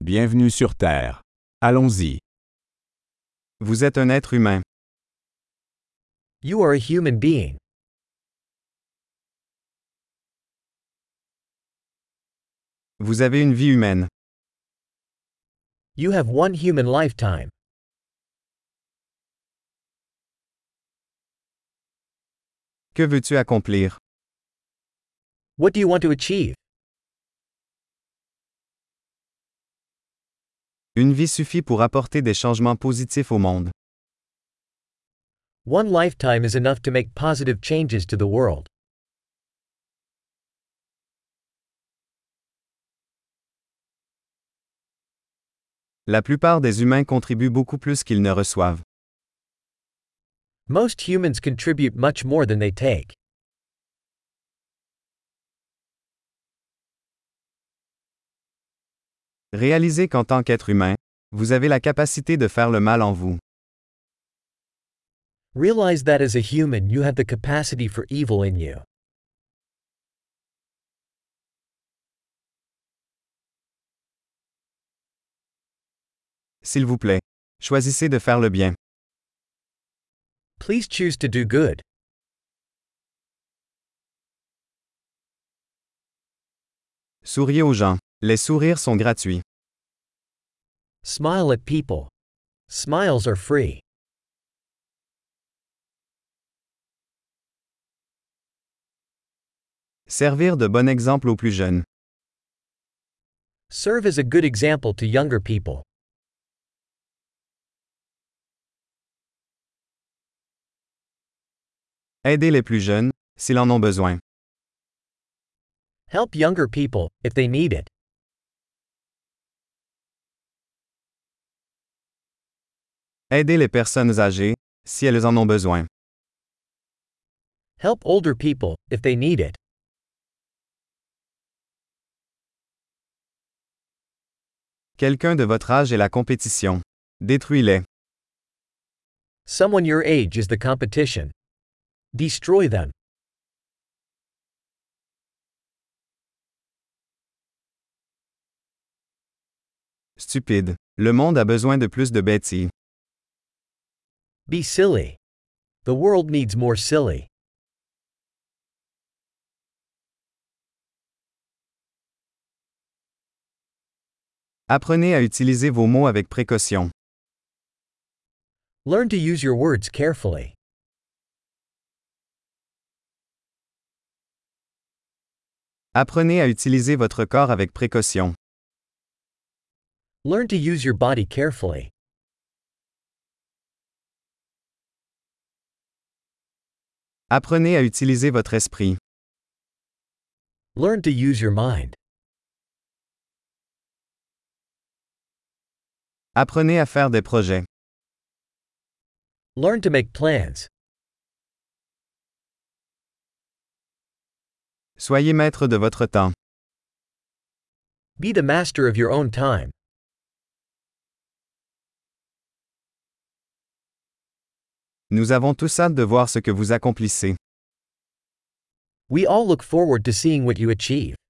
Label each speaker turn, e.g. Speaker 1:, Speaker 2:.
Speaker 1: Bienvenue sur Terre. Allons-y. Vous êtes un être humain.
Speaker 2: You are a human being.
Speaker 1: Vous avez une vie humaine.
Speaker 2: You have one human lifetime.
Speaker 1: Que veux-tu accomplir?
Speaker 2: What do you want to achieve?
Speaker 1: Une vie suffit pour apporter des changements positifs au monde.
Speaker 2: One lifetime is enough to make positive changes to the world.
Speaker 1: La plupart des humains contribuent beaucoup plus qu'ils ne reçoivent.
Speaker 2: Most humans contribute much more than they take.
Speaker 1: Réalisez qu'en tant qu'être humain, vous avez la capacité de faire le mal en vous.
Speaker 2: Realize that as a human you have the capacity for evil in you.
Speaker 1: S'il vous plaît, choisissez de faire le bien.
Speaker 2: Please choose to do good.
Speaker 1: Souriez aux gens. Les sourires sont gratuits.
Speaker 2: Smile at people. Smiles are free.
Speaker 1: Servir de bon exemple aux plus jeunes.
Speaker 2: Serve as a good example to younger people.
Speaker 1: Aider les plus jeunes, s'ils en ont besoin.
Speaker 2: Help younger people, if they need it.
Speaker 1: Aider les personnes âgées, si elles en ont besoin.
Speaker 2: Help older people, if they need it.
Speaker 1: Quelqu'un de votre âge est la compétition. Détruis-les.
Speaker 2: Someone your age is the competition. Destroy them.
Speaker 1: Stupide. Le monde a besoin de plus de bêtises.
Speaker 2: Be silly. The world needs more silly.
Speaker 1: Apprenez à utiliser vos mots avec précaution.
Speaker 2: Learn to use your words carefully.
Speaker 1: Apprenez à utiliser votre corps avec précaution.
Speaker 2: Learn to use your body carefully.
Speaker 1: Apprenez à utiliser votre esprit.
Speaker 2: Learn to use your mind.
Speaker 1: Apprenez à faire des projets.
Speaker 2: Learn to make plans.
Speaker 1: Soyez maître de votre temps.
Speaker 2: Be the master of your own time.
Speaker 1: Nous avons tous hâte de voir ce que vous accomplissez.
Speaker 2: We all look forward to seeing what you achieve.